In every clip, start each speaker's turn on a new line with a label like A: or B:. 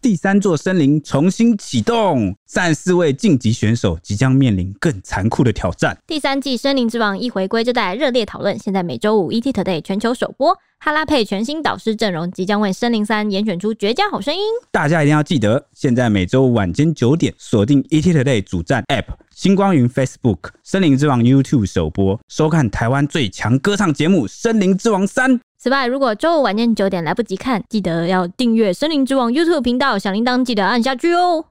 A: 第三座森林重新启动，三十四位晋级选手即将面临更残酷的挑战。
B: 第三季《森林之王》一回归就带来热烈讨论，现在每周五 ET Today 全球首播。哈拉佩全新导师阵容即将为《森林三》严选出绝佳好声音。
A: 大家一定要记得，现在每周晚间九点锁定 ET Today 主站 App、星光云 Facebook、森林之王 YouTube 首播，收看台湾最强歌唱节目《森林之王三》。
B: 此外，如果周五晚间九点来不及看，记得要订阅《森林之王》YouTube 频道，小铃铛记得按下去哦。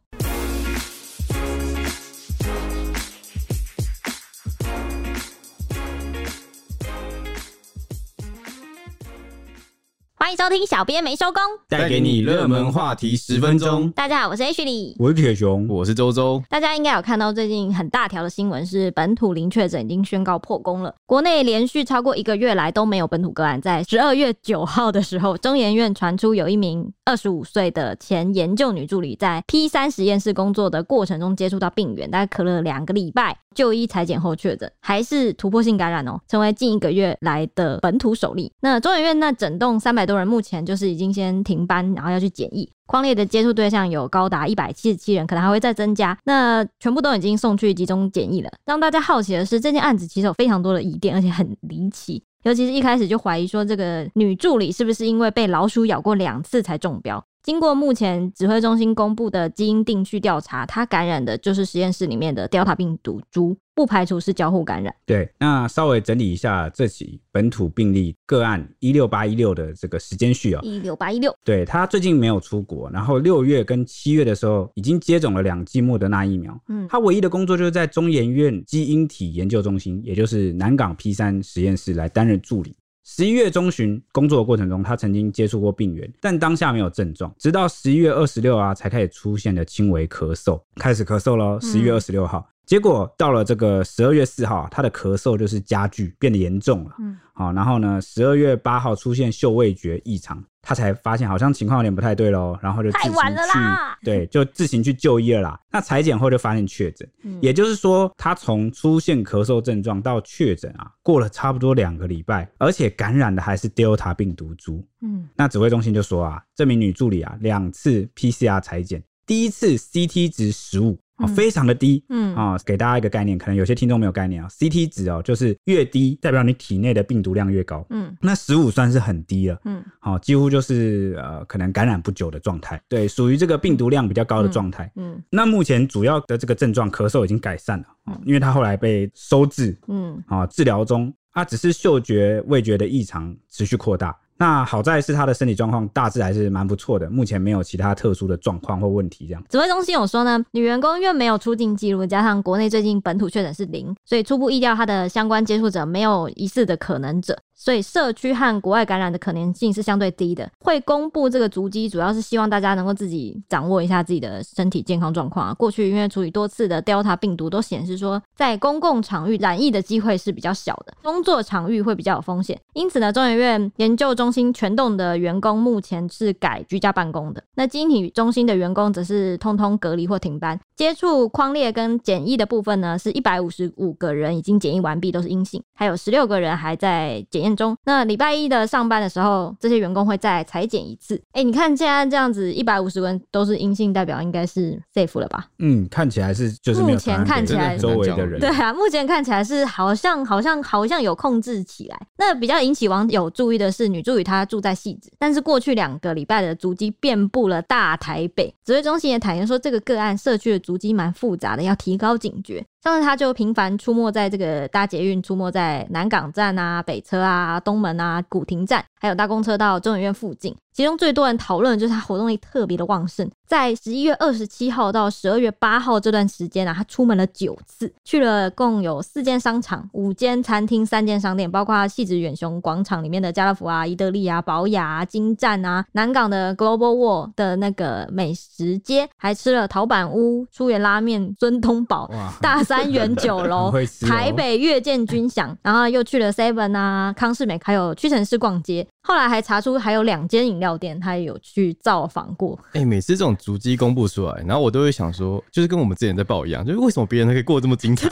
B: 欢迎收听《小编没收工》，
C: 带给你热门话题十分钟。
B: 大家好，我是 H 李。
A: 我是铁熊，
C: 我是周周，
B: 大家应该有看到最近很大条的新闻是，本土零确诊已经宣告破功了。国内连续超过一个月来都没有本土个案，在十二月九号的时候，中研院传出有一名二十五岁的前研究女助理在 P 三实验室工作的过程中接触到病原，大概咳了两个礼拜，就医裁剪后确诊，还是突破性感染哦，成为近一个月来的本土首例。那中研院那整栋三百多人目前就是已经先停班，然后要去检疫。框列的接触对象有高达一百七十七人，可能还会再增加。那全部都已经送去集中检疫了。让大家好奇的是，这件案子其实有非常多的疑点，而且很离奇。尤其是一开始就怀疑说，这个女助理是不是因为被老鼠咬过两次才中标？经过目前指挥中心公布的基因定序调查，她感染的就是实验室里面的 Delta 病毒株，不排除是交互感染。
A: 对，那稍微整理一下这起本土病例个案一六八一六的这个时间序啊、
B: 一六八一六，
A: 对他最近没有出国，然后六月跟七月的时候已经接种了两剂莫德纳疫苗。
B: 嗯，
A: 他唯一的工作就是在中研院基因体研究中心，也就是南港 P 三实验室来担任助理。十一月中旬工作的过程中，他曾经接触过病原，但当下没有症状，直到十一月二十六啊才开始出现了轻微咳嗽，开始咳嗽喽。十一月二十六号，结果到了这个十二月四号啊，他的咳嗽就是加剧，变得严重了。
B: 嗯，
A: 好，然后呢，十二月八号出现嗅味觉异常，他才发现好像情况有点不太对喽，然后就自
B: 太
A: 行
B: 晚了
A: 去
B: 啦
A: 对，就自行去就医了啦。那裁剪后就发现确诊，
B: 嗯
A: 也就是说，他从出现咳嗽症状到确诊啊，过了差不多两个礼拜，而且感染的还是 Delta 病毒株。
B: 嗯
A: 那指挥中心就说啊，这名女助理啊，两次 PCR 裁剪，第一次 CT 值十五、啊，
B: 嗯
A: 非常的低，
B: 嗯
A: 啊、给大家一个概念，可能有些听众没有概念啊、c t 值哦，就是越低代表你体内的病毒量越高。
B: 嗯
A: 那十五算是很低了，
B: 嗯
A: 哦，几乎就是呃，可能感染不久的状态，对，属于这个病毒量比较高的状态。
B: 嗯
A: 那目前主要的这个症状，咳嗽已经改善了，哦、因为他后来被收治
B: 嗯
A: 啊、治疗中，他只是嗅觉、味觉的异常持续扩大。那好在是他的身体状况大致还是蛮不错的，目前没有其他特殊的状况或问题这样。
B: 指挥中心有说呢，女员工因为没有出境记录，加上国内最近本土确诊是零，所以初步意料她的相关接触者没有疑似的可能者，所以社区和国外感染的可能性是相对低的。会公布这个足迹，主要是希望大家能够自己掌握一下自己的身体健康状况啊。过去因为处理多次的 Delta 病毒都显示说，在公共场域染疫的机会是比较小的，工作场域会比较有风险。因此呢，中研院研究中心全栋的员工目前是改居家办公的，那基因体中心的员工则是通通隔离或停班。接触框列跟检疫的部分呢，是一百五十五个人已经检疫完毕，都是阴性，还有十六个人还在检验中。那礼拜一的上班的时候，这些员工会再裁剪一次。哎、你看现在这样子，一百五十个人都是阴性，代表应该是 safe 了吧？
A: 嗯，看起来是就是没有
B: 目前
A: 传染
B: 看
A: 给
B: 起来
A: 周围的人，
B: 对啊，目前看起来是好像好像好像有控制起来。那比较引起网友注意的是，女助理她住在戏子，但是过去两个礼拜的足迹遍布了大台北。指挥中心也坦言说，这个个案社区的足迹蛮复杂的，要提高警觉。上次他就频繁出没在这个搭捷运，出没在南港站啊、北车啊、东门啊、古亭站，还有大公车到中研院附近。其中最多人讨论的就是他活动力特别的旺盛，在十一月二十七号到十二月八号这段时间啊，他出门了九次，去了共有四间商场、五间餐厅、三间商店，包括戏子远雄广场里面的家乐福啊、伊德利啊、宝雅啊、金站啊、南港的 Global World 的那个美食街，还吃了陶板屋、初园拉面、孙东宝、
A: 哇，
B: 大三元酒 楼
A: 很会、吃哦
B: 台北月见军饷，然后又去了 Seven 啊、康世美，还有屈臣氏逛街。后来还查出还有两间饮料店，他也有去造访过。
C: 哎、每次这种足迹公布出来，然后我都会想说，就是跟我们之前在报一样，就是为什么别人可以过得这么精彩？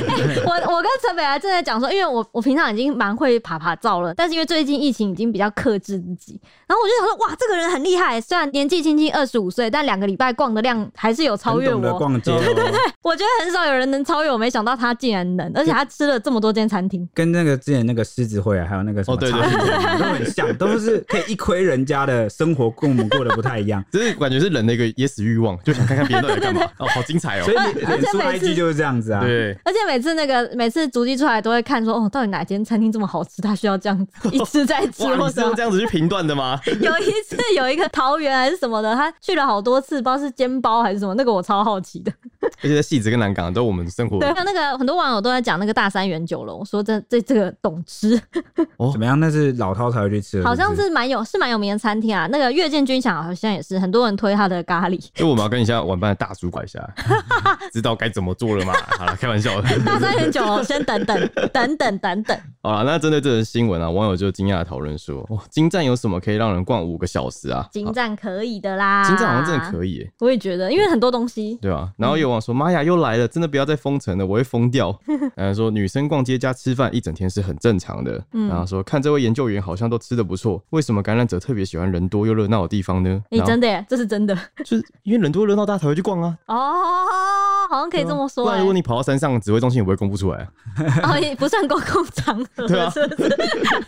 B: 我我跟陈北来正在讲说，因为我我平常已经蛮会爬爬照了，但是因为最近疫情已经比较克制自己，然后我就想说，哇，这个人很厉害，虽然年纪轻轻二十五岁，但两个礼拜逛的量还是有超越
A: 很懂得
B: 我。
A: 逛街哦，
B: 我觉得很少有人能超越我，没想到他竟然能，而且他吃了这么多间餐厅。
A: 跟那个之前那个狮子会啊，还有那个什么
C: 哦对
A: 茶
C: 对
A: 艺会都很像，都是可以一窥人家的生活，跟我们过得不太一 样。
C: 就是感觉是人的一个野死欲望，就想看看别人到底在 干嘛。哦，好精彩哦
A: 所！以
B: 而而
A: 脸
B: 且
A: 书
B: 每次
A: IG 就是这样子啊，
C: 对，
B: 而且每次那个每次足迹出来都会看说，哦，到底哪间餐厅这么好吃，他需要这样 子一吃再吃
C: 哇，
B: 或
C: 你是
B: 什
C: 用
B: 么
C: 这。样子去评断的吗？
B: 有一次有一个桃园还是什么的，他去了好多次，不知道是煎包还是什么，那个我超好奇的。
C: 而且在戏子跟南港都我们生活
B: 对，还有那个很多网友都在讲那个大三元酒楼，说这这这个懂吃，
A: 怎么样？那是老饕才会去吃的，
B: 好像
A: 不是
B: 是蛮有是蛮有名的餐厅啊。那个月见军饷好像也是很多人推他的咖 喱，
C: 所以我们要跟一下晚班的大主管一 下，知道该怎么做了吗？好了，开玩笑的。
B: 大三元酒楼先等 等等等等等，
C: 好了，那针对这则新闻啊，网友就惊讶的讨论说：“哇，金站有什么可以让人逛五个小时啊？”
B: 金
C: 好
B: 赞可以的啦，
C: 金站好像哦真的可以耶，
B: 我也觉得，因为很多东西
C: 对啊。然后有网友说：“妈呀，又来了，真的不要再封城了，我会 疯掉。”呃，说女生逛街加吃饭一整天是很正常的。
B: 嗯
C: 然后说看这位研究员好像都吃的不错，为什么感染者特别喜欢人多又热闹的地方呢？
B: 你
C: 然后
B: 真的耶，这是真的
C: 就是因为人多热闹，大家才会去逛啊。
B: 哦，好像可以这么说、
C: 啊不
B: 欸。
C: 然如果你跑到山上，指挥中心也不会公布出来啊。
B: 哦，也不算公共场合，
C: 对啊
B: 是不是？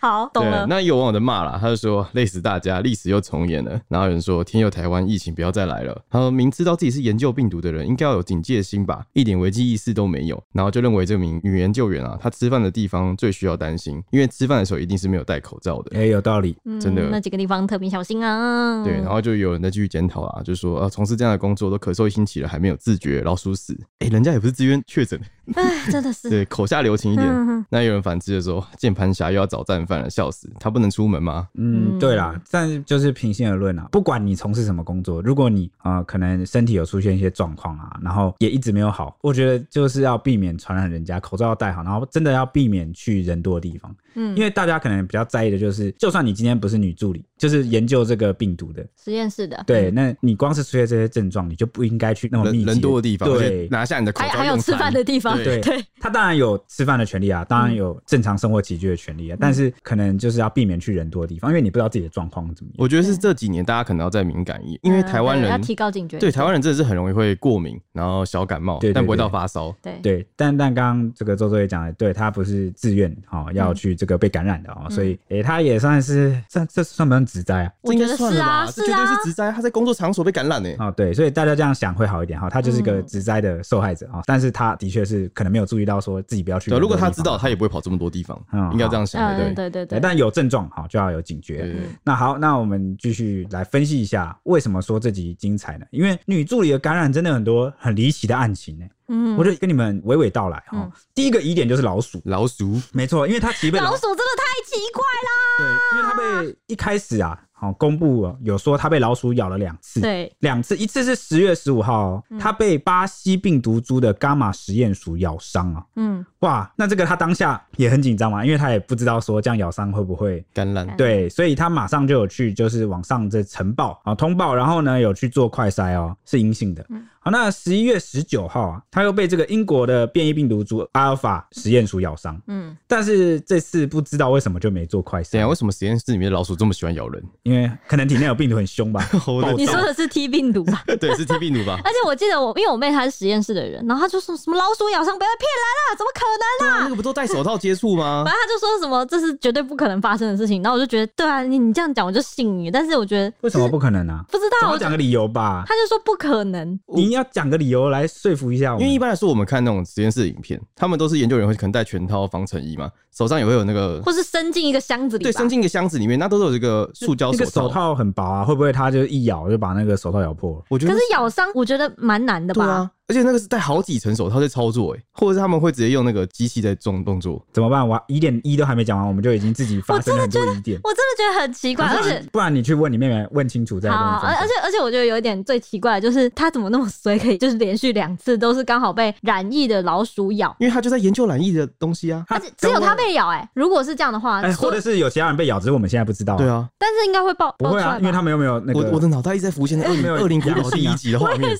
B: 好，懂
C: 对，
B: 了。
C: 那有网友的骂了，他就说累死大家，历史又重演了。然后有人说天佑台湾疫情不要再来了。他说明知道自己是研究病毒的人，应该要有警戒心吧，一点危机意识都没有。然后就认为这名女研究员啊，她吃饭的地方最需要担心，因为吃饭的时候一定是没有戴口罩的。
A: 哎、有道理。
B: 嗯
C: 真的
B: 那几个地方特别小心啊。
C: 对，然后就有人在继续检讨啊，就说啊，从事这样的工作都咳嗽一星期了，还没有自觉，老鼠屎。哎、人家也不是自愿确诊，
B: 哎， 真的是。
C: 对，口下留情一点。
B: 嗯
C: 那有人反制的说，键盘侠又要找战犯了，笑死，他不能出门吗？
A: 嗯，
B: 嗯
A: 对啦，但就是平心而论啊，不管你从事什么工作，如果你呃可能身体有出现一些状况啊，然后也一直没有好，我觉得就是要避免传染人家，口罩要戴好，然后真的要避免去人多的地方，
B: 嗯
A: 因为大家可能比较在意的就是，就算你今天不是女助理，就是研究这个病毒的，
C: 嗯
B: 实验室的。嗯
A: 对，那你光是出现这些症状，你就不应该去那么哦密
C: 人
A: 集
C: 人多的地方，而且
A: 对。
C: 拿下你的口
B: 还
C: 罩
B: 还有
C: 用
B: 吃
C: 餐
B: 饭的地方，
C: 对
B: 对，
A: 他当然有吃饭的权利
C: 嗯
A: 啊，当然有正常生活起居的权利啊，但是可能就是要避免去人多的地方，因为你不知道自己的状况怎么样。
C: 我觉得是这几年大家可能要再敏感一点，因为
B: 嗯
C: 台湾
B: 对要
C: 人
B: 提高警觉。
C: 对台湾人真的是很容易会过敏，然后小感冒
A: 对对，
C: 但不会
A: 对
C: 到发烧。
B: 对
A: 对，但但刚刚这个周周也讲了，对他不是自愿哦，
C: 嗯
A: 要去这个被感染的哦，所以诶、他也算是算这算不算职灾啊？
B: 我觉得
C: 这应该算
B: 是
C: 了
B: 啊
C: 吧
B: 是
C: 这绝对
B: 啊
C: 是职灾，他在工作场所被感染呢。
A: 哦，对，所以大家这样想会好一点哈、他就是个
B: 嗯
A: 职灾的受害者啊、哦，但是他的确是可能没有注意到说自己不要去
C: 对，
A: 人多
C: 如果
A: 的地方。
C: 他知道，他也不会跑这么多地方
A: 嗯，
C: 应该这样想
B: 嗯，
C: 的。对哎
B: 对对
A: 对，
B: 对，
A: 但有症状哈、就要有警觉。
C: 对对，
A: 那好，那我们继续来分析一下，为什么说这集精彩呢？因为女助理的感染真的很多很离奇的案情呢、
B: 嗯
A: 我就跟你们娓娓道来哈、
B: 嗯
A: 第一个疑点就是老鼠，
C: 老鼠
A: 没错，因为它其实被
B: 老鼠真的太奇怪啦。
A: 对，因为他被一开始啊，好、公布了有说他被老鼠咬了两次，，
B: 对，
A: 两次，一次是十月十五号、哦，他被巴西病毒株的伽马实验鼠咬伤啊。
B: 嗯，
A: 哇，那这个他当下也很紧张嘛，因为他也不知道说这样咬伤会不会
C: 感
B: 嗯
C: 染，
A: 对，所以他马上就有去就是往上这呈报啊通报，然后呢有去做快筛哦，是阴性的。好，那十一月十九号啊，他又被这个英国的变异病毒株阿尔法实验鼠咬伤，
B: 嗯，
A: 但是这次不知道为什么就没做快筛
C: 对啊，。为什么实验室里面的老鼠这么喜欢咬人？
A: 因为可能体内有病毒很凶 吧。
C: 我的
B: 你说
C: 天
B: 的是 T 病毒吧？
C: 对，是 T 病毒吧？
B: 而且我记得我，因为我妹她是实验室的人，然后她就说什么老鼠咬伤不要再骗人了，怎么可能？
C: 对啊，那个不都戴手套接触吗
B: 反？正他就说什么这是绝对不可能发生的事情，然后我就觉得对啊，你你这样讲我就信你，但是我觉得
A: 为什么不可能啊？
B: 不知道，
A: 总
B: 我
A: 要
B: 就
A: 讲个理由吧。
B: 他就说不可能，
A: 你要讲个理由来说服一下我
B: 啊
C: 因
A: 们。
C: 为一般来说，我们看那种实验室的影片，他们都是研究人员会可能戴全套防尘衣嘛，手上也会有那个
B: 或是伸进一个箱子里吧，
C: 对，伸进一个箱子里面，那都是有这个塑胶
A: 那个手套很薄啊，会不会它就一咬就把那个手套咬破了？
C: 我觉
B: 可
C: 得
B: 是咬伤我觉得蛮难的
C: 对
B: 吧？
C: 啊，而且那个是戴好几层手套在操作、欸，或者是他们会直接用那个机器在动动作。
A: 怎么办？我疑点一都还没讲完，我们就已经自己发生了很多疑点。
B: 我真的觉得很奇怪，而且
A: 不然你去问你妹妹，问清楚再跟我
B: 好，而
A: 分
B: 而
A: 享
B: 且而且我觉得有一点最奇怪的就是，他怎么那么衰，可以就是连续两次都是刚好被染疫的老鼠咬，
C: 因为他就在研究染疫的东西啊。
A: 他
B: 而且只有他被咬哎、如果是这样的话，
A: 哎，
B: 所
A: 或者是有其他人被咬，只是我们现在不知道。
C: 对，啊，
B: 但是应该会爆
A: 不
B: 爆出
A: 会
B: 来
A: 啊
B: 吧？，
A: 因为他们又没有那个。
C: 我我的脑袋一直在浮 现在二
A: 没
C: 零
A: 有
C: 二零古堡第一集的
A: 啊
C: 画面，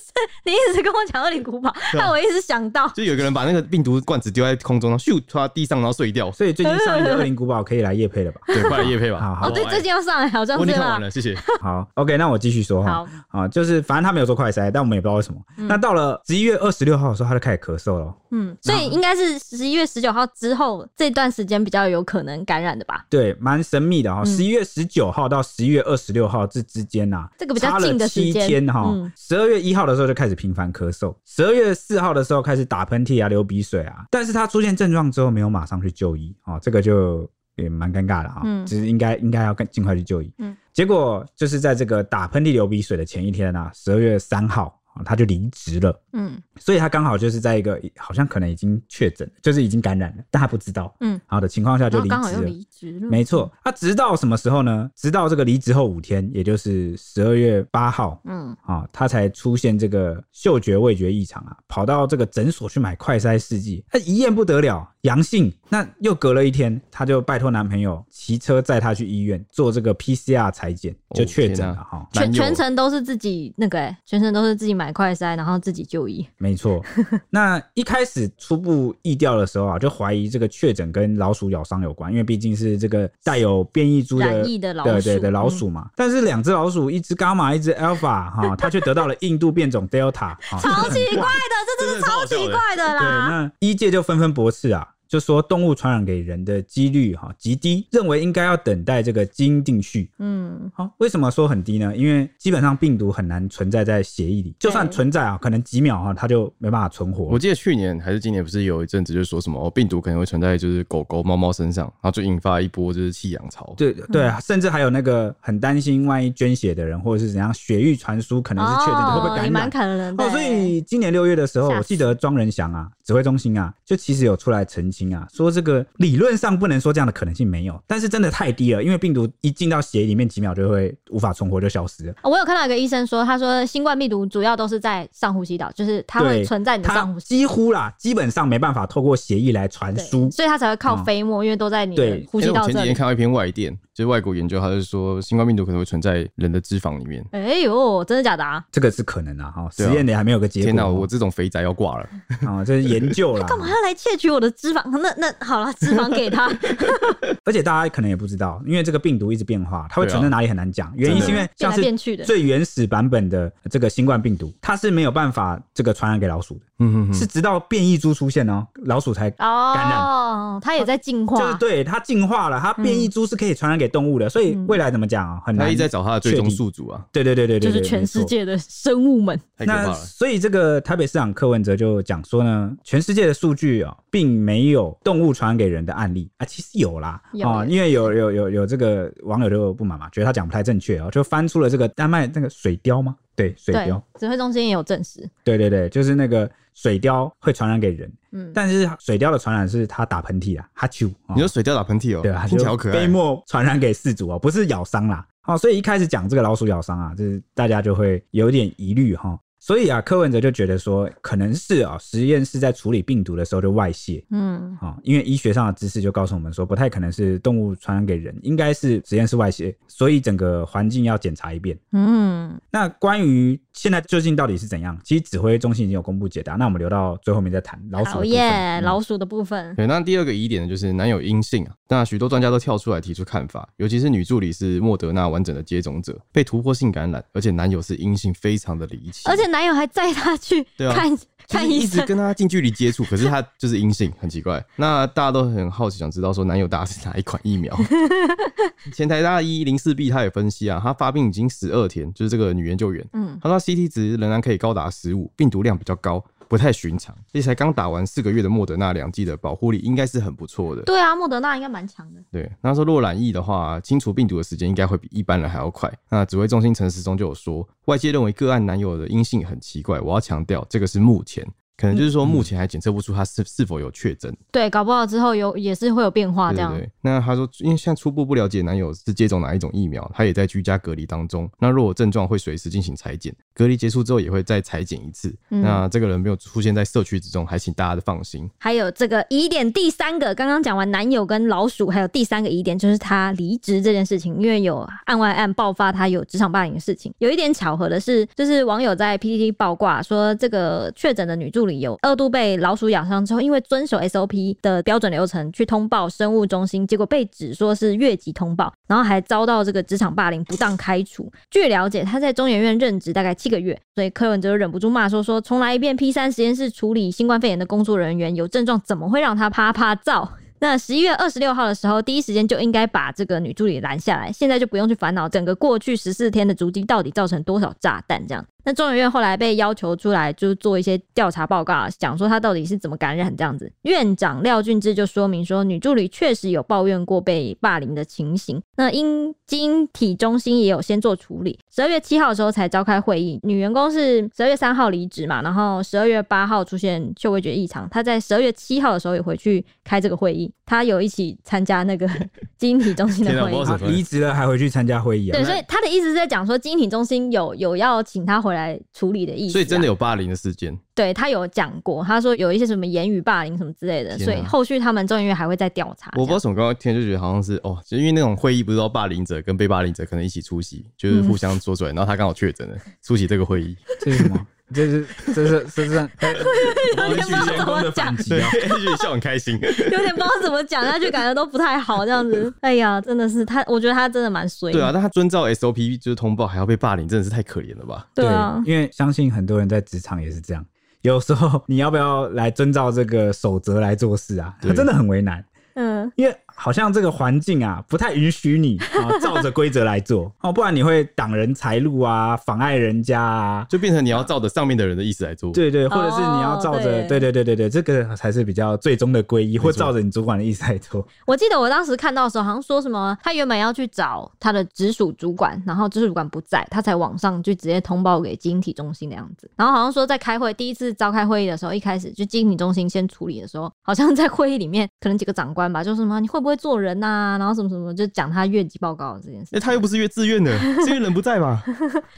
B: 你一直跟我讲恶灵古堡，
C: 对啊
B: 害我一直想到。
C: 就有个人把那个病毒罐子丢在空中，然后咻戳到地上，然后碎 掉。
A: 所以最近上映 的《恶灵古堡》可以来夜配了吧？
C: 对，快来叶配吧。
A: 好好哎
B: 哦，对，最近要上来，好像
C: 我已
B: 是
C: 经看完
B: 吧？
C: 了，谢谢。
A: 好，OK，那我继续说哈
B: 好。
A: 啊，就是反正他没有做快筛，但我们也不知道为什么。那到了十一月二十六号的时候，他就开始咳嗽了。
B: 嗯，所以应该是十一月十九号之后这段时间比较有可能感染的吧？
A: 对，蛮神秘的哈、
B: 嗯
A: 十一月十九号到十一月二十六号这之间呐、啊，
B: 这个比较近的时间
A: 差了七天哈、
B: 嗯
A: 十二月一号的时候就开始频繁咳嗽，十二月四号的时候开始打喷嚏啊、流鼻水啊，但是他出现症状之后没有马上去就医啊、哦，这个就也蛮尴尬的哈、
B: 嗯
A: 其实应该应该要更尽快去就医。
B: 嗯
A: 结果就是在这个打喷嚏、流鼻水的前一天啊，十二月三号、啊，他就离职了。
B: 嗯
A: 所以他刚好就是在一个好像可能已经确诊，就是已经感染了，但他不知道，
B: 嗯，
A: 好的情况下
B: 然
A: 就
B: 后
A: 离
B: 刚好又
A: 职了。
B: 离职了，
A: 没错，啊，直到什么时候呢？直到这个离职后五天，也就是十二月八号
B: 嗯。
A: 啊、他才出现这个嗅觉味觉异常啊，跑到这个诊所去买快筛试剂，他一验不得了，阳性。那又隔了一天，她就拜托男朋友骑车载她去医院做这个 PCR 裁剪，就
C: 哦
A: 确诊
C: 天
A: 了
C: 啊
A: 哈、
B: 全
C: 男友
B: 全程都是自己那个、欸，全程都是自己买快筛，然后自己就医。
A: 没 错，那一开始初步意调的时候啊，就怀疑这个确诊跟老鼠咬伤有关，因为毕竟是这个带有变异株的
B: 染疫的老
A: 对对
B: 鼠嗯
A: 的老鼠嘛。但是两只老鼠，一只伽马，一只 alpha 哈、它却得到了印度变种 delta，、哈
B: 超奇怪的，这真 是超奇怪的
A: 对，
B: 啦！
A: 那医界就纷纷驳斥啊，就说动物传染给人的几率哈、极低，认为应该要等待这个基因定序
B: 嗯，
A: 好、为什么说很低呢？因为基本上病毒很难存在在血液里，就算
B: 对
A: 存在啊，可能几秒啊，它就没办法存活。
C: 我记得去年还是今年，不是有一阵子就说什么、哦、病毒可能会存在就是狗狗、猫猫身上，然后就引发一波就是弃养潮。
A: 对对
B: 嗯
A: 啊，甚至还有那个很担心，万一捐血的人或者是怎样血域传输，可能是确诊者会不会
B: 哦，也
A: 感
B: 蛮
A: 染？
B: 可能的、欸
A: 哦，所以今年六月的时候，
B: 吓死
A: 我记得庄仁祥啊，指挥中心啊，就其实有出来澄清啊，说这个理论上不能说这样的可能性没有，但是真的太低了，因为病毒一进到血液里面几秒就会无法存活就消失了。
B: 哦我有看到一个医生说，他说新冠病毒主要都是在上呼吸道，就是它会
A: 对
B: 存在你的
A: 它
B: 上呼吸
A: 几乎啦，基本上没办法透过血液来传
B: 对
A: 输。
B: 所以它才会靠飞沫，因为都在你
A: 嗯
B: 的
A: 对哎
B: 呼
C: 因
B: 吸
C: 哎为我
B: 道
C: 前几
B: 这
C: 天
B: 里。
C: 看到一篇外电，就是外国研究，他就说新冠病毒可能会存在人的脂肪里面。
B: 哎呦，真的假的啊？
A: 这个是可能啊，哈、
C: 对
A: 实
C: 啊
A: 验的还没有个结果。
C: 天哪、我这种肥宅要挂了！
A: 啊、这是研究啦。
B: 干嘛要来窃取我的脂肪？那那好了，脂肪给他。
A: 而且大家可能也不知道，因为这个病毒一直变化，它会
C: 对啊
A: 存在哪里很难讲。原因是因为
B: 真
A: 像
B: 的
A: 是
B: 变来变去的
A: 最原始版本的这个新冠病毒，它是没有办法这个传染给老鼠的，
C: 嗯嗯
A: 是直到变异株出现哦，老鼠才。
B: 哦，它也在进化。嗯
A: 就是对它进化了，它变异株是可以传染给动物的，所以未来怎么讲啊，很
C: 他
A: 难。
C: 一直在找他的最终宿主啊，
A: 对对对对对，
B: 就
A: 对
B: 是全世。
A: 没错
B: 界的生物们。
C: 太可怕
A: 那
C: 了。
A: 所以这个台北市长柯文哲就讲说呢，全世界的数据啊、并没有动物传染给人的案例啊，其实有啦
B: 有
A: 啊、
B: 有
A: 因为有有有有这个网友就不满嘛，觉得他讲不太正确哦，就翻出了这个丹麦那个水貂吗？对，水
B: 对
A: 貂，，
B: 指挥中心也有证实。
A: 对对对，就是那个水貂会传染给人，
B: 嗯，
A: 但是水貂的传染是它打喷嚏啊，哈啾，哦
C: 你说水貂打喷嚏哦、
A: 对啊，
C: 听起来好
A: 就
C: 可
A: 飞
C: 爱。
A: 沫传染给饲主哦，不是咬伤啦。哦，所以一开始讲这个老鼠咬伤啊，就是大家就会有点疑虑哈、所以啊，柯文哲就觉得说，可能是啊、实验室在处理病毒的时候就外泄
B: 嗯，
A: 啊、因为医学上的知识就告诉我们说，不太可能是动物传染给人，应该是实验室外泄，所以整个环境要检查一遍。
B: 嗯，
A: 那关于现在究竟到底是怎样，其实指挥中心已经有公布解答，那我们留到最后面再谈老鼠的
B: 讨
A: 部分。嗯
B: 厌老鼠的部分。
C: 对，那第二个疑点呢，就是男友阴性啊。那许多专家都跳出来提出看法，尤其是女助理是莫德纳完整的接种者，被突破性感染，而且男友是阴性，非常的离奇。
B: 而且男友还载她去
C: 对啊
B: 看
C: 就是
B: 看医
C: 一直
B: 生。
C: 跟他近距离接触，可是他就是阴性，很 奇怪。那大家都很好奇，想知道说男友打的是哪一款疫 苗？前台大一零四 B 他也分析啊，他发病已经十二天，就是这个女研究员，
B: 嗯
C: 她说 CT 值仍然可以高达十五，病毒量比较高。不太寻常，而且才刚打完四个月的莫德纳两剂的保护力应该是很不错的。
B: 对啊，莫德纳应该蛮强的。
C: 对，那说若染疫的话，清除病毒的时间应该会比一般人还要快。那指挥中心陈时中就有说，外界认为个案男友的阴性很奇怪，我要强调这个是目前，可能
B: 嗯
C: 就是说目前还检测不出他是是否有确诊。
B: 对，搞不好之后有也是会有变啊化这
C: 对
B: 样。
C: 对对。那他说，因为现在初步不了解男友是接种哪一种疫苗，他也在居家隔离当中。那若有症状会随时进行裁剪，隔离结束之后也会再裁剪一次。
B: 嗯
C: 那这个人没有出现在社区之中，还请大家的放心。
B: 还有这个疑点第三个，刚刚讲完男友跟老鼠，还有第三个疑点就是他离职这件事情，因为有案外案爆发，他有职场霸凌的事情。有一点巧合的是，就是网友在 PTT 爆挂说，这个确诊的女助理有二度被老鼠咬伤之后，因为遵守 SOP 的标准流程去通报生物中心，结果被指说是越级通报，然后还遭到这个职场霸凌不当开除。据了解，他在中研院任职大概七个月，所以柯文哲忍不住骂说：“说重来一遍 P 三实验室处理新冠肺炎的工作人员有症状，怎么会让他啪啪照？”那十一月二十六号的时候，第一时间就应该把这个女助理拦下来，现在就不用去烦恼整个过去十四天的足迹到底造成多少炸弹这样。那中研院后来被要求出来，就是做一些调查报告，啊讲说她到底是怎么感染这样子。院长廖俊志就说明说，女助理确实有抱怨过被霸凌的情形。那因基因体中心也有先做处理，十二月七号的时候才召开会议。女员工是十二月三号离职嘛，然后十二月八号出现嗅味觉异常，她在十二月七号的时候也回去开这个会议，她有一起参加 那个基因体中心的
C: 天啊
B: 会议
C: 我。
A: 他嗯离职了还回去参加会议啊
B: 对，？所以他的意思是在讲说，基因体中心有有要请他回来处理的意思、啊，
C: 所以真的有霸凌的事件，
B: 对他有讲过，他说有一些什么言语霸凌什么之类的，
C: 天
B: 所以
C: 哪
B: 后续他们中研院还会再调查。
C: 我不知道为什么刚刚听就觉得好像是哦，就因为那种会议不知道霸凌者跟被霸凌者可能一起出席，
A: 嗯
C: 就是互相说出来，然后他刚好确诊了，出席这个会议，
A: 这是什 么？这是这是这是
B: 有点不知道怎么讲，
A: 击啊！
C: 就笑很开心。
B: 有点不知道怎么讲下去，感觉都不太好这样子。哎呀，真的是他，我觉得他真的蛮衰。
C: 对啊，，但他遵照 SOP 就是通报还要被霸凌，真的是太可怜了吧？
B: 对啊，
A: 因为相信很多人在职场也是这样，有时候你要不要来遵照这个守则来做事啊？
C: 对
A: 真的很为难。
B: 嗯，
A: 因为好像这个环境啊，不太允许你啊照着规则来做哦，不然你会挡人财路啊，妨碍人家啊。
C: 就变成你要照着上面的人的意思来做。
A: 对对，或者是你要照着，
B: 哦
A: 对
B: 对
A: 对对对对，这个才是比较最终的归一，或
C: 没错
A: 照着你主管的意思来做。
B: 我记得我当时看到的时候，好像说什么他原本要去找他的直属主管，然后直属主管不在，他才往上就直接通报给基因体中心的样子。然后好像说在开会第一次召开会议的时候，一开始就基因体中心先处理的时候，好像在会议里面可能几个长官吧，就说什么你会不会做人呐、然后什么什么就讲他越级报告这件事。
C: 那、哎他又不是越 自愿的，是因为人不在嘛？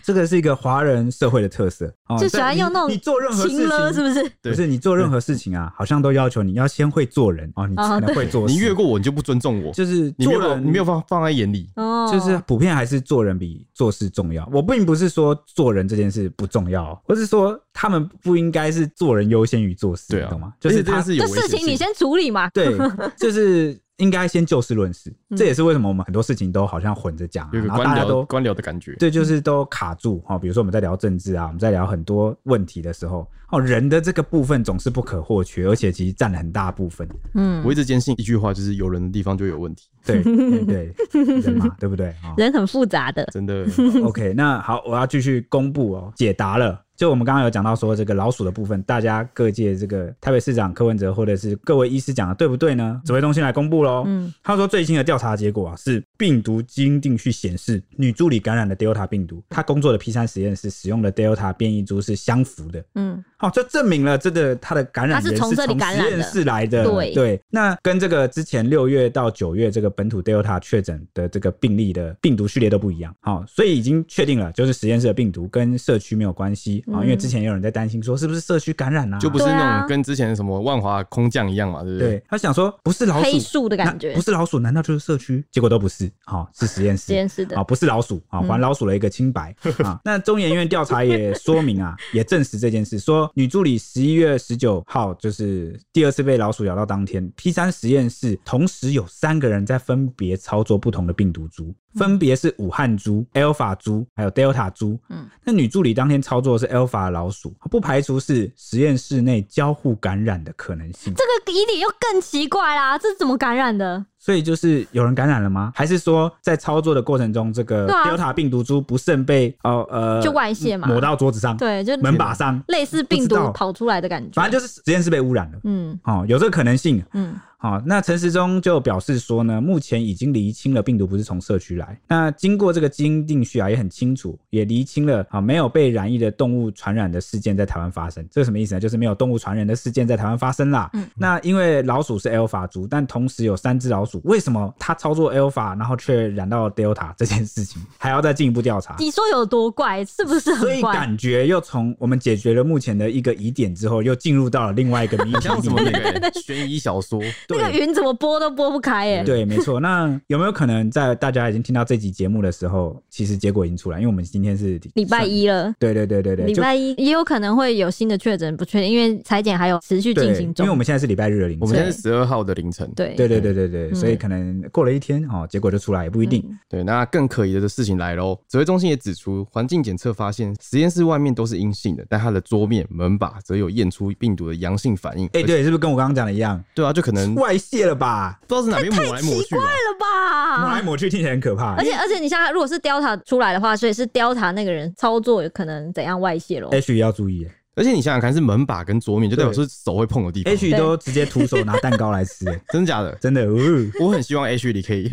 A: 这个是一个华人社会的特色，哦
B: 就喜欢
A: 但你
B: 用那种
A: 你做任何事
B: 情了是
A: 情。
B: 不是？
A: 不是你做任何事情啊，好像都要求你要先会做人哦，你
B: 哦
A: 才能会做事。
C: 你越过我，你就不尊重我，
A: 就是
C: 你
A: 做
C: 没有把
A: 人，
C: 你没有放放在眼里。
B: 哦，
A: 就是普遍还是做人比做事重要。我并不是说做人这件事不重要，我是说他们不应该是做人优先于做事，
C: 对
A: 你
C: 啊
A: 懂吗？
C: 而
A: 就
C: 且
A: 是
C: 这
A: 他
C: 件事有
B: 这
C: 危
B: 事
C: 险
B: 情你
C: 性。
B: 先处理嘛。
A: 对， 就是应该先就事论事。
B: 嗯
A: 这也是为什么我们很多事情都好像混着讲、啊，
C: 有一个
A: 然后
C: 官
A: 大家都
C: 僚官僚的感觉，
A: 对，就是都卡住哈、哦。比如说我们在聊政治啊，我们在聊很多问题的时候，哦，人的这个部分总是不可或缺，而且其实占了很大部分。
B: 嗯
C: 我，一直坚信一句话，就是有人的地方就有问题，
A: 对嗯对对，人嘛，对不对啊？哦
B: 人很复杂的。
C: 真的。
A: OK，那好，我要继续公布哦，解答了。就我们刚刚有讲到说这个老鼠的部分，大家各界这个台北市长柯文哲或者是各位医师讲的对不对呢？指挥中心来公布喽。
B: 嗯
A: 他说最新的调查结果啊是病毒基因定序显示女助理感染的 Delta 病毒，她工作的 P 三实验室使用的 Delta 变异株是相符的。
B: 嗯，
A: 好、这证明了真的他的感染
B: 它是
A: 源
B: 从
A: 是
B: 这里
A: 从
B: 感
A: 实
B: 染
A: 验
B: 的
A: 室来的。
B: 对
A: 那跟这个之前六月到九月这个本土 Delta 确诊的这个病例的病毒序列都不一样。好、所以已经确定了，就是实验室的病毒跟社区没有关系啊、
B: 嗯
A: 因为之前也有人在担心说是不是社区感染啊？
C: 就不是
B: 对啊
C: 那种跟之前什么万华空降一样嘛，对不对？
A: 对，他想说不是老
B: 黑
A: 鼠
B: 树的
A: 那
B: 感觉
A: 不，是老鼠，难道就是社区？结果都不是，好、是实验室。
B: 实验室的
A: 啊、。不是老鼠啊，
B: 嗯
A: 还老鼠了一个清白、啊。 那中研院调查也说明啊， 也证实这件事，说女助理十一月十九号就是第二次被老鼠咬到当天，P 三实验室同时有三个人在分别操作不同的病毒株，分别是武汉猪、Alpha 猪还有 Delta 猪。
B: 嗯
A: 嗯，那女助理当天操作的是 Alpha 老鼠，不排除是实验室内交互感染的可能性。
B: 这个疑点又更奇怪啦，这是怎么感染的？
A: 所以就是有人感染了吗？还是说在操作的过程中，这个
B: 对啊
A: Delta 病毒株不慎被哦呃
B: 就外泄嘛
A: 抹到桌子上、
B: 对，就
A: 门把上，
B: 类似病
A: 不知
B: 毒
A: 道
B: 跑出来的感觉。
A: 反正就是实验室被污染了。
B: 嗯
A: 哦，有这个可能性。
B: 嗯，
A: 好、那陈时中就表示说呢，目前已经厘清了病毒不是从社区来。那经过这个基因定序啊，也很清楚，也厘清了啊没有被染疫的动物传染的事件在台湾发生。这个什么意思呢？就是没有动物传染的事件在台湾发生啦。
B: 嗯
A: 那因为老鼠是 alpha 株，但同时有三只老鼠，为什么它操作 alpha，然后却染到 delta 这件事情，还要再进一步调查？
B: 你说有多怪，是不是
A: 所
B: 很
A: 以
B: 怪？
A: 感觉又从我们解决了目前的一个疑点之后，又进入到了另外一 个谜题
C: 像
A: 里
C: 什么那
A: 面。
C: 个悬疑小说，
B: 那
A: 对。
B: 个云怎么拨都拨不开耶、
A: 对，没错。那有没有可能在大家已经听到这集节目的时候，其实结果已经出来？因为我们今天是
B: 礼拜。一了，
A: 对对对对对，
B: 礼拜一也有可能会有新的确诊，不确定，因为裁剪还有持续
A: 就
B: 进
A: 对，
B: 行
A: 因
B: 中
A: 为我。们现在是礼拜日的凌
C: 我们现
A: 晨。
C: 在是十二号的凌晨。
B: 对
A: 对对对对对，
B: 嗯
A: 所以可能过了一天哦，结果就出来也不一定。
C: 对，那更可疑的事情来喽。指挥中心也指出，环境检测发现实验室外面都是阴性的，但它的桌面、门把则有验出病毒的阳性反应。
A: 哎、对，是不是跟我刚刚讲的一样？
C: 对啊，就可能不
A: 外泄了吧？
C: 知道是哪边抹来抹去
B: 对
C: 吧。
B: 了
A: 抹
B: 吧
A: 来？抹去听起来很可怕
B: 啊而。且而且，你像如果是 Delta 出来的话，所以是 Delta 那个人操作有可能怎样外泄咯。
A: H 也要注意
C: 而且你想想看，是门把跟桌面，就代表
A: 对
C: 是手会碰的地方。
A: ，H E 都直接徒手拿蛋糕来吃，哎
C: 真假的？
A: 真的，哦、
C: 我很希望 H 里可以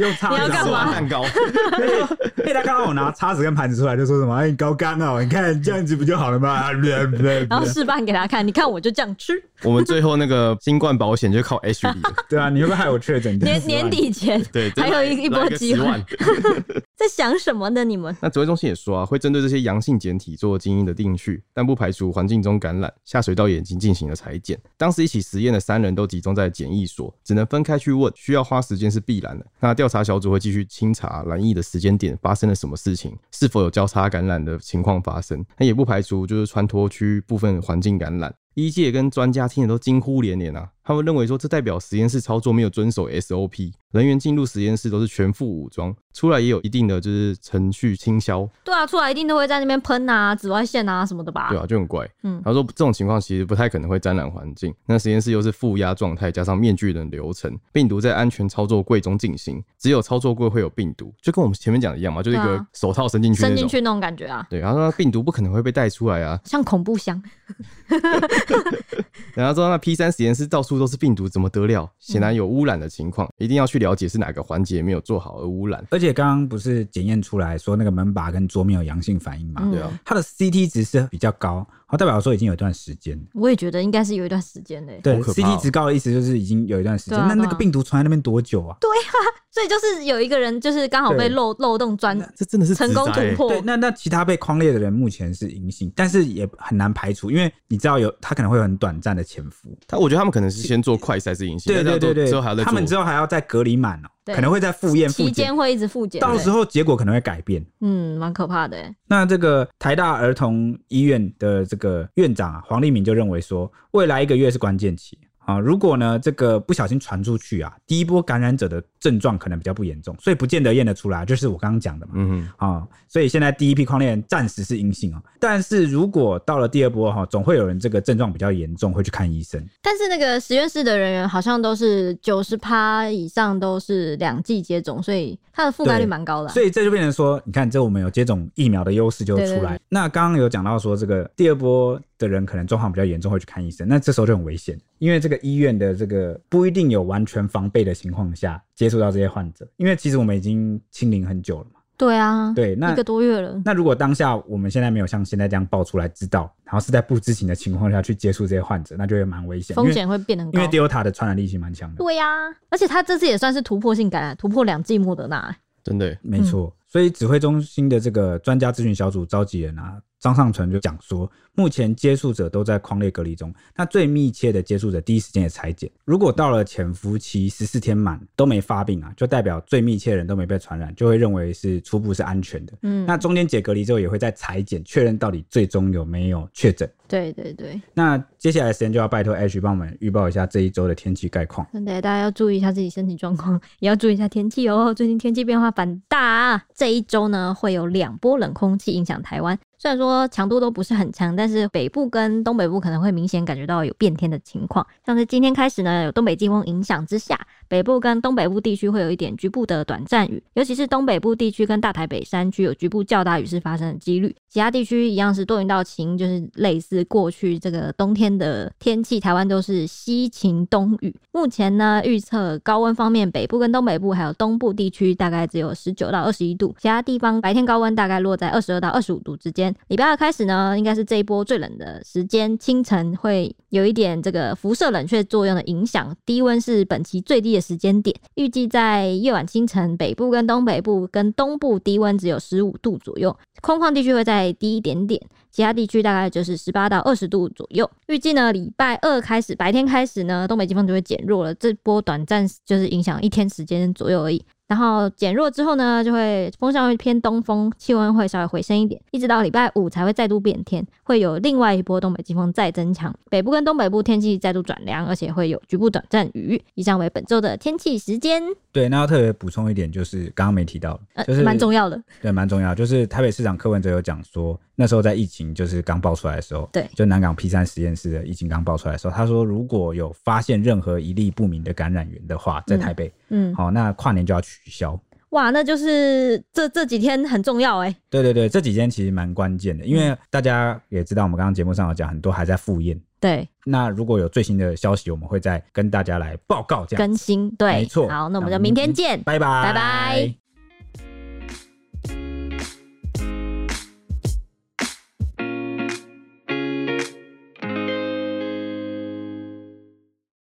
A: 用叉
B: 你要
A: 子
B: 干
C: 手
B: 嘛
C: 拿蛋糕，
A: 哎、他刚好拿叉子跟盘子出来，就说什么：“哎，你高干哦，你看这样子不就好了吗？”
B: 然后示范给他看，你看我就这样吃。
C: 我们最后那个新冠保险就靠 H 里了。
A: 对啊，你会不会害我确诊？
B: 年年底前
C: 对，
B: 还有一
C: 来
B: 一波
C: 来个
B: 机
C: 10
B: 会
C: 万
B: 在想什么呢？你们
C: 那指挥中心也说啊，会针对这些阳性简体做基因的定序，但不排除环境中感染。下水道也已经进行了裁剪。当时一起实验的三人都集中在检疫所，只能分开去问，需要花时间是必然的。那调查小组会继续清查染疫的时间点发生了什么事情，是否有交叉感染的情况发生。那也不排除就是穿脱区部分环境感染。医界跟专家听得都惊呼连连啊！他们认为说，这代表实验室操作没有遵守 SOP，人员进入实验室都是全副武装，出来也有一定的就是程序清消，
B: 对啊，出来一定都会在那边喷啊、紫外线啊什么的吧？
C: 对啊，就很怪。
B: 嗯
C: 他说这种情况其实不太可能会沾染环境。那实验室又是负压状态，加上面具的流程，病毒在安全操作柜中进行，只有操作柜会有病毒，就跟我们前面讲的一样嘛，就是一
B: 对
C: 个
B: 啊
C: 手套伸进去那
B: 伸
C: 种。
B: 进去那种感觉啊，
C: 对，然后他说病毒不可能会被带出来啊。
B: 像恐怖箱。
C: 然后说那 P 三实验室到处都是病毒，怎么得了？显
A: 嗯
C: 然有污染的情况，一定要去了解是哪个环节没有做好而污染。
A: 而且刚刚不是检验出来说那个门把跟桌面有阳性反应嘛？
B: 嗯
C: 对啊，
A: 它的 CT 值是比较高，好，代表说已经有一段时间。
B: 我也觉得应该是有一段时间的、
A: 对、啊
C: 好可怕哦
A: c t 值高的意思就是已经有一段时间。
B: 对啊
A: 那那个
B: 对啊
A: 病毒传在那边多久啊？
B: 所以就是有一个人就是刚好被
A: 对
B: 漏漏洞钻，
C: 这真的是
B: 成功
C: 职灾欸
B: 突破
A: 对，那那其他被框列的人目前是阴性，但是也很难排除，因为你知道有他可能会有很短暂的潜伏。
C: 他我觉得他们可能是先做快筛是阴性，
A: 对对
C: 但是要
A: 对
C: 做
A: 对
C: 之后还要再，
A: 他们之
C: 后
A: 后还要再隔离满哦，
B: 对
A: 可能会在复验复
B: 期
A: 检
B: 间，会一直复检，
A: 到时
B: 候
A: 候结果可能会改变。
B: 嗯，蛮可怕的、欸。
A: 那这个台大儿童医院的这个院长啊，黄立明就认为说，未来一个月是关键期啊。如果呢这个不小心传出去啊，第一波感染者的症状可能比较不严重，所以不见得验得出来，就是我刚刚讲的嘛。
C: 嗯
A: 啊、所以现在第一批框列人暂时是阴性啊、但是如果到了第二波哈、总会有人这个症状比较严重，会去看医生。
B: 但是那个实验室的人员好像都是九十趴以上都是两剂接种，所以它的覆盖率
A: 对
B: 蛮高的啊、
A: 所以这就变成说，你看，这我们有接种疫苗的优势就出来。
B: 对对对
A: 那刚刚有讲到说，这个第二波的人可能状况比较严重，会去看医生，那这时候就很危险，因为这个医院的这个不一定有完全防备的情况下接触到这些患者，因为其实我们已经清零很久了嘛。
B: 对啊，
A: 对，那
B: 一个多月了。
A: 那如果当下我们现在没有像现在这样爆出来知道，然后是在不知情的情况下去接触这些患者，那就会蛮危险，
B: 风险会变得很
A: 因为
B: 高
A: 因为。Delta 的传染力其实蛮强的。
B: 对呀、而且他这次也算是突破性感染，突破两剂莫德纳、欸
C: 真的欸
A: 嗯没错，所以指挥中心的这个专家咨询小组召集人啊，张尚存就讲说，目前接触者都在框列隔离中，那最密切的接触者第一时间也裁剪。如果到了潜伏期十四天满都没发病啊，就代表最密切的人都没被传染，就会认为是初步是安全的。
B: 嗯，
A: 那中间解隔离之后，也会再裁剪确认到底最终有没有确诊。
B: 对对对，
A: 那接下来的时间就要拜托 H 帮我们预报一下这一周的天气概况。
B: 真的，大家要注意一下自己身体状况，也要注意一下天气哦。最近天气变化反大啊，这一周呢会有两波冷空气影响台湾。虽然说强度都不是很强，但是北部跟东北部可能会明显感觉到有变天的情况。像是今天开始呢，有东北季风影响之下，北部跟东北部地区会有一点局部的短暂雨，尤其是东北部地区跟大台北山区有局部较大雨势发生的几率。其他地区一样是多云到晴，就是类似过去这个冬天的天气，台湾都是西晴东雨。目前呢，预测高温方面，北部跟东北部还有东部地区大概只有十九到二十一度，其他地方白天高温大概落在二十二到二十五度之间。礼拜二开始呢，应该是这一波最冷的时间，清晨会有一点这个辐射冷却作用的影响，低温是本期最低的时间点，预计在夜晚清晨，北部跟东北部跟东部低温只有十五度左右，空旷地区会再低一点点。其他地区大概就是十八到二十度左右。预计呢，礼拜二开始，白天开始呢，东北季风就会减弱了。这波短暂就是影响一天时间左右而已。然后减弱之后呢，就会风向会偏东风，气温会稍微回升一点，一直到礼拜五才会再度变天，会有另外一波东北季风再增强，北部跟东北部天气再度转凉，而且会有局部短暂雨。以上为本周的天气时间，
A: 对，那要特别补充一点，就是刚刚没提到，
B: 呃
A: 就，是
B: 蛮重要的。
A: 对，蛮重要。就是台北市长柯文哲有讲说，那时候在疫情就是刚爆出来的时候，
B: 对
A: 就南港 P 三实验室的疫情刚爆出来的时候，他说如果有发现任何一例不明的感染源的话，在台北，
B: 嗯，
A: 好、那跨年就要取消。
B: 哇，那就是这这几天很重要哎、
A: 对对对，这几天其实蛮关键的，因
B: 嗯
A: 为大家也知道，我们刚刚节目上有讲，很多还在复验。
B: 对，
A: 那如果有最新的消息，我们会再跟大家来报告。这样，
B: 更新对，
A: 没错
B: 好，那我
A: 那
B: 们
A: 我
B: 就
A: 们
B: 明天
A: 明
B: 见。
A: 拜拜，
B: 拜拜。